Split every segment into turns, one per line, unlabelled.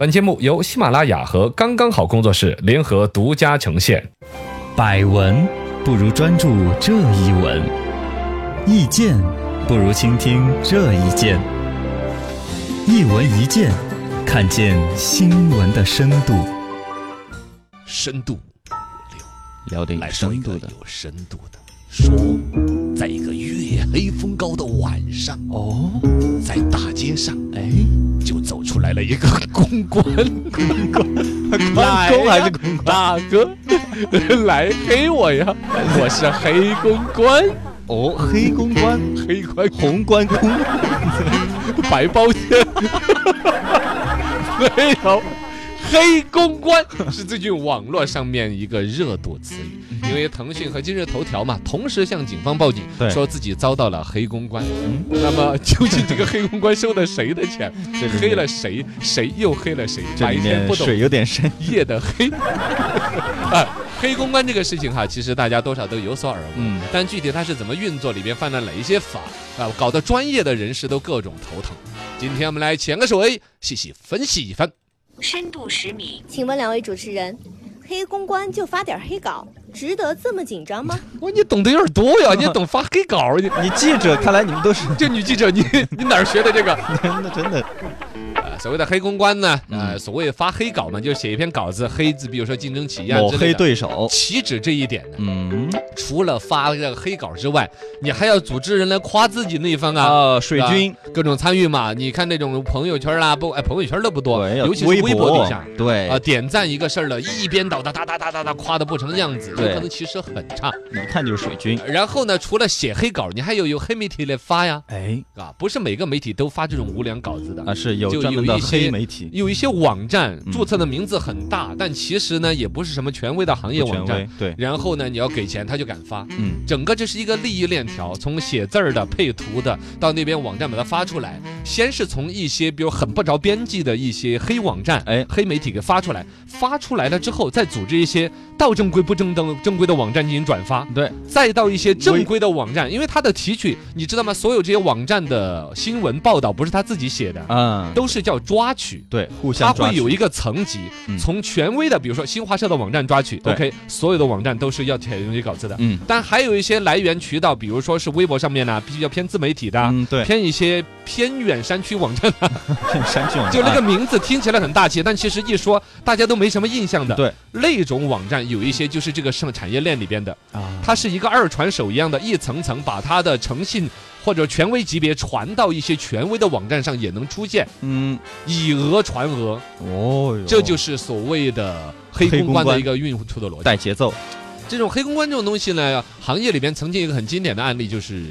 本节目由喜马拉雅和刚刚好工作室联合独家呈现。
百闻不如专注这一闻，意见不如倾听这一见。一闻一见，看见新闻的深度。
深度
聊点有
来说一
深
个
度的
有深度的说，在一个月黑风高的晚上，
哦，
在大街上
哎，
就走出来了一个公关，公关，
关公还是公关
大哥， 来黑我呀！我是黑公关，
哦，黑公关、
黑关
红关公，
白包天，没有。黑公关是最近网络上面一个热度词语，因为腾讯和今日头条嘛，同时向警方报警，
嗯对嗯
说自己遭到了黑公关。那么究竟这个黑公关收了谁的钱？
里面
黑了谁？谁又黑了谁？
这
白
里
天不
面
懂
水有点深。
夜的黑。 啊，黑公关这个事情哈，其实大家多少都有所耳闻，
嗯
但具体它是怎么运作，里边犯了哪一些法啊，搞得专业的人士都各种头疼。今天我们来潜个水，细细分析一番。
深度十米，
请问两位主持人，黑公关就发点黑稿，值得这么紧张吗？
哇，哦你懂得有点多 呀，你懂发黑稿儿，你
你记者，看来你们都是
这女记者，你 你哪儿学的这 个？
真的真的
呃，所谓的黑公关呢，呃，所谓发黑稿嘛，就写一篇稿子，黑字，比如说竞争企业啊
抹
之类
黑
的。
对手。
岂止这一点呢？
嗯
除了发这个黑稿之外，你还要组织人来夸自己那一方啊。
啊，水军
各种参与嘛。你看那种朋友圈啦，不，哎，朋友圈都不多，
对，要
尤其是微
博
底下。
对
啊，，点赞一个事儿了，一边倒的哒哒哒哒哒夸的不成样子，有
对
可能其实很差。
一看就是水军。
然后呢，除了写黑稿，你还有有黑媒体来发呀，
哎，
啊，不是每个媒体都发这种无良稿子的
啊，，是有
就
专门
有
的
一
黑
些
媒体，
有一些网站
嗯
注册的名字很大，但其实呢也不是什么权威的行业
不
网
权威
站。。
对，
然后呢，你要给钱，他就敢发。
嗯，
整个这是一个利益链条，从写字儿的、配图的，到那边网站把它发出来，先是从一些比如很不着边际的一些黑网站、
哎
黑媒体给发出来，发出来了之后，再组织一些到正规不正当正规的网站进行转发，
对，
再到一些正规的网站，因为它的提取，你知道吗？所有这些网站的新闻报道不是他自己写的，
啊，
都是叫抓取。
对，互
它
相抓
会有
取
一个层级
嗯，
从权威的，比如说新华社的网站抓取
对
，OK，所有的网站都是要采用这稿子的。
嗯
但还有一些来源渠道，比如说是微博上面呢、必须要偏自媒体的，
嗯，对，
偏一些偏远山区网站的，
山区网
就那
站
个名字听起来很大气，但其实一说大家都没什么印象的。
对，
那种网站有一些就是这个上产业链里边的，
啊，
它是一个二传手一样的，一层层把它的诚信或者权威级别传到一些权威的网站上也能出现，
嗯，
以讹传讹，
哦哟，
这就是所谓的黑
黑
公
公
关的
关
一个运出的逻辑。
带节奏，
这种黑公关这种东西呢，行业里边曾经有一个很经典的案例就是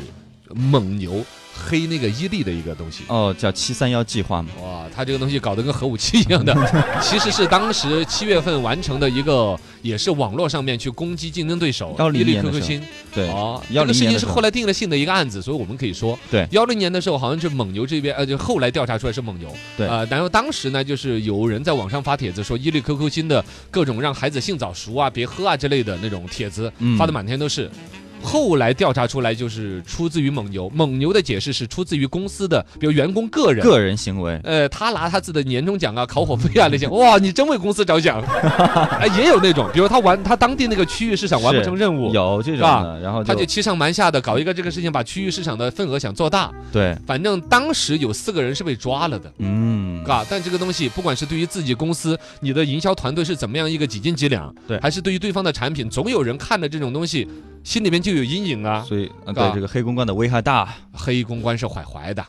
蒙牛黑那个伊利的一个东西。
哦，叫七三幺计划嘛，
哇，他这个东西搞得跟核武器一样 的，其实是当时七月份完成的一个，也是网络上面去攻击竞争对手
10
伊利
年的
QQ
时
星。
对，
哦，
10
这个事
年
情
的
是
时候
后来定了性的一个案子，所以我们可以说，
对
幺零年的时候好像是蒙牛这边，呃，就后来调查出来是蒙牛，
对
呃，然后当时呢，就是有人在网上发帖子说伊利 QQ 星的各种让孩子性早熟啊、别喝啊之类的那种帖子
嗯，
发的满天都是。后来调查出来，就是出自于蒙牛。蒙牛的解释是出自于公司的，比如员工个人。
个人行为，
呃，他拿他自己的年终奖啊、烤火费啊那些，哇，你真为公司着想。 哎，也有那种，比如他完他当地那个区域市场完不
是
成任务，
有这种
吧
的，然后
啊他就欺上瞒下的搞一个这个事情，把区域市场的份额想做大。
对，
反正当时有四个人是被抓了的，
嗯，
啊，但这个东西不管是对于自己公司，你的营销团队是怎么样一个几斤几两，
对
还是对于对方的产品，总有人看了这种东西，心里面就有阴影啊。
所以啊，
啊
对这个黑公关的危害大，
黑公关是坏坏的，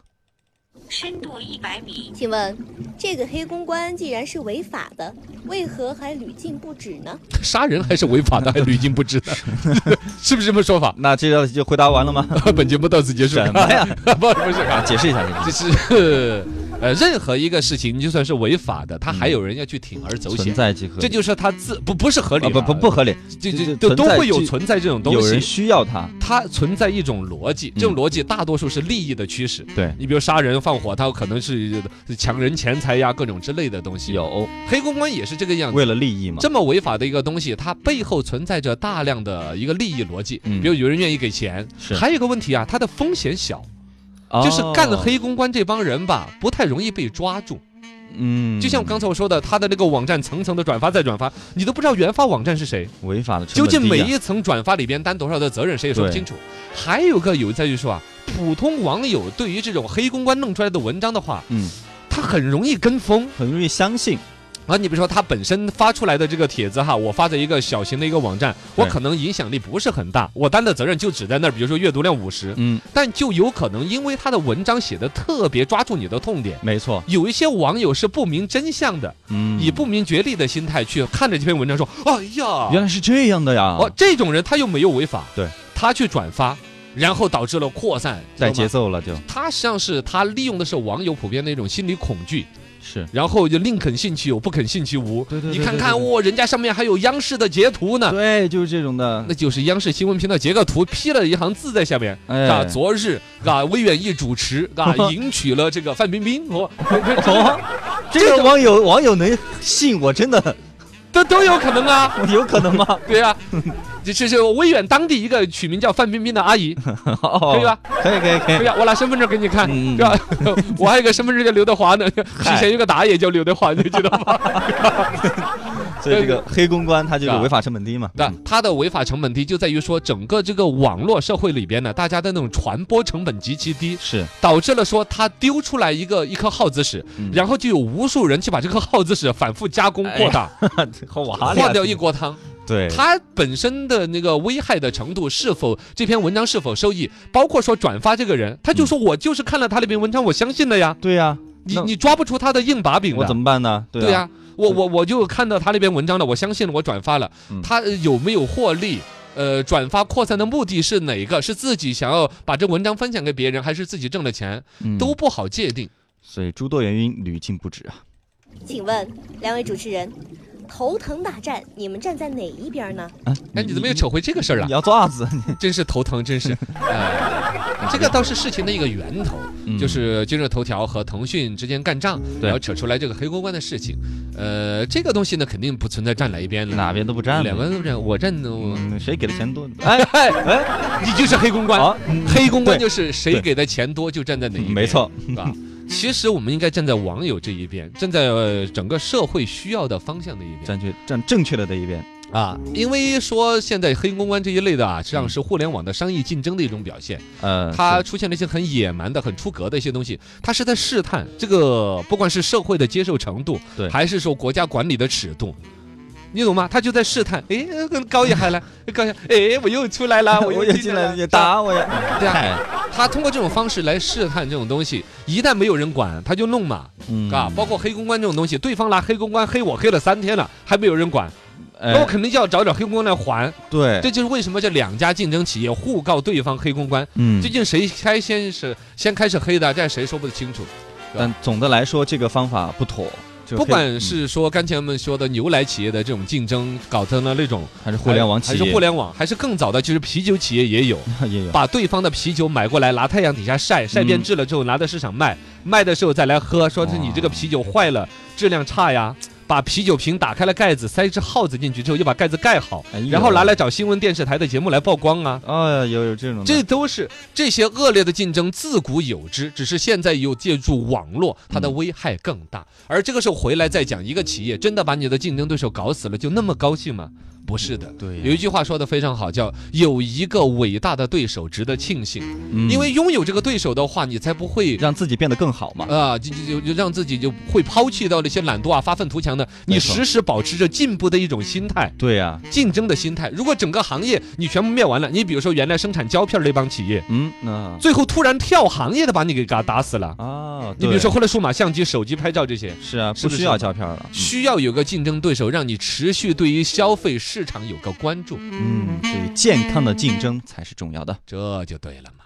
深度一百米，
请问，这个黑公关既然是违法的，为何还屡禁不止呢？
杀人还是违法 的，还屡禁不止的， 是不是这么说法？
那这道题就回答完了吗？
本节目到此结束。
什么呀？
不，不是啊，
解释一下这个
就
意思
是呃，任何一个事情，就算是违法的，他还有人要去铤而走
存
险。
在即合理，
这就是他自不不是合理
啊不
化
不不，合理，
就
这
就
这
都
存
都
在
会有
即
存在这种东
有人
西，嗯
需要他，
它存在一种逻辑，这种逻辑大多数是利益的驱使。
对
你比如杀人放火，它有可能是抢人钱财呀，各种之类的东西。
有
黑公关也是这个样子。
为了利益嘛，
这么违法的一个东西，它背后存在着大量的一个利益逻辑，
嗯
比如有人愿意给钱，
是
还有一个问题啊，它的风险小，就是干
哦
黑公关这帮人吧，不太容易被抓住。
嗯，
就像刚才我说的，他的那个网站层层的转发再转发，你都不知道原发网站是谁，
违法的成
究
本
竟每
低啊
一层转发里边担多少的责任，谁也说不
对
清楚。还有个有在于说啊，普通网友对于这种黑公关弄出来的文章的话，
嗯
他很容易跟风。
很容易相信，
啊，你比如说他本身发出来的这个帖子哈，我发在一个小型的一个网站，我
对
可能影响力不是很大，我担的责任就只在那儿，比如说阅读量五十，
嗯，
但就有可能因为他的文章写的特别抓住你的痛点。
没错，
有一些网友是不明真相的，
嗯，
以不明觉厉的心态去看着这篇文章说：“哎呀，
原来是这样的呀，
哦，这种人他又没有违法，
对，
他去转发，然后导致了扩散，
带
知道
节
吗
奏了就，
他像是他利用的是网友普遍的一种心理恐惧，
是
然后就宁肯信其有，不肯信其无。
对对对
你看看
对对
哦，人家上面还有央视的截图呢，
对，就是这种的
啊那，就是央视新闻频道截个图，批了一行字在下面，
哎
啊，昨日啊，魏远义主持啊，迎娶了这个范冰冰，哦，
哦，这个网友网友能信我，真的
都都有可能啊，
有可能吗？
对啊，这这是威远当地一个取名叫范冰冰的阿姨，
哦，
可以吧？
可以可以可
对
以，
呀、我拿身份证给你看，
嗯嗯
对吧？ 我还有个身份证叫刘德华呢，之前有个打野叫刘德华，你知道 吗？啊
所以这个黑公关它就是是
吧
违法成本低嘛，
那它的违法成本低就在于说，整个这个网络社会里边呢，大家的那种传播成本极其低，
是，
导致了说它丢出来一个一颗耗子屎，
嗯
然后就有无数人去把这颗耗子屎反复加工
哎
扩大，
好瓦
化掉一锅汤。
啊对，
它本身的那个危害的程度是否这篇文章是否受益，包括说转发这个人，他就说我就是看了他那篇文章，我相信了呀，
对呀，
你
那
你抓不出他的硬把柄的
我怎么啊办呢？
对啊
呀，
呀？我我我就看到他那篇文章了，我相信了，我转发了
嗯，
他呃有没有获利？呃，转发扩散的目的是哪个？是自己想要把这文章分享给别人，还是自己挣了钱？
嗯
都不好界定。
所以诸多原因屡禁不止啊。
请问两位主持人，头疼大战，你们站在哪一边呢？
哎，你怎么
嗯
又扯回这个事儿了
你？要做啥子？
真是头疼，真是。呃，这个倒是事情的一个源头，
嗯
就是今日头条和腾讯之间干仗，
对
然后扯出来这个黑公关的事情。呃，这个东西呢，肯定不存在站哪一边了，
哪边都不占
嗯两
了。
边都不站，我站呢，我
嗯，谁给的钱多？
哎哎哎，你就是黑公关，
好，
黑公关
哦对
就是谁
对嗯
给的钱多就站在哪一边，
没，错，
是吧？其实我们应该站在网友这一边，站在呃整个社会需要的方向的一边
站去站正确的那一边。
啊，因为说现在黑公关这一类的啊，实际上
嗯
是互联网的商业竞争的一种表现，
呃，
它
是
出现了一些很野蛮的、很出格的一些东西，它是在试探这个不管是社会的接受程度，
对
还是说国家管理的尺度。你懂吗？他就在试探，哎，跟高一海来，高一海，哎，我又出来了， 我
我
又
又
进
进来
来
了
了，
也打我呀。
对啊，
哎
他通过这种方式来试探这种东西，一旦没有人管，他就弄嘛，
嗯
啊，包括黑公关这种东西，对方拿黑公关黑我黑了三天了，还没有人管，那我
哎，
肯定就要找找黑公关来还。
对，
这就是为什么这两家竞争企业互告对方黑公关，
嗯
究，竟谁开先是先开始黑的，这谁说不清楚。
但总的来说，这个方法不妥。就
不
黑
管
嗯
是说刚才我们说的牛奶企业的这种竞争，搞成了那种
嗯还是互联网
还
企业，嗯
还是互联网，还是更早的，就是啤酒企业也有。
也有
把对方的啤酒买过来，拿太阳底下晒，
嗯
晒变质了之后拿到市场卖，卖的时候再来喝，说是你这个啤酒坏
嗯
了，质量差呀。把啤酒瓶打开了盖子，塞一只耗子进去之后，又把盖子盖好
哎，呦
然后拿来找新闻电视台的节目来曝光啊。
啊，有有这种的
这都是这些恶劣的竞争自古有之，只是现在又借助网络，它的危害更
嗯
大。而这个时候回来再讲，一个企业真的把你的竞争对手搞死了，就那么高兴吗？不是的。
对
有一句话说的非常好，叫“有一个伟大的对手值得庆幸”，
嗯
因为拥有这个对手的话，你才不会。
让自己变得更好嘛。
啊，就就就就让自己就会抛弃掉那些懒惰啊、发愤图强的，你
没错
时时保持着进步的一种心态。
对呀，
竞争的心态。如果整个行业你全部灭完了，你比如说原来生产胶片儿那帮企业，
嗯，那
最后突然跳行业的把你给嘎打死了。
啊，
你比
对
如说后来数码相机、手机拍照这些，
是啊，
是
不
不是
需要
嘛
胶片了。
需要有个竞争对手，让你持续对于消费市场有个关注，
嗯，所以健康的竞争才是重要的。
这就对了嘛。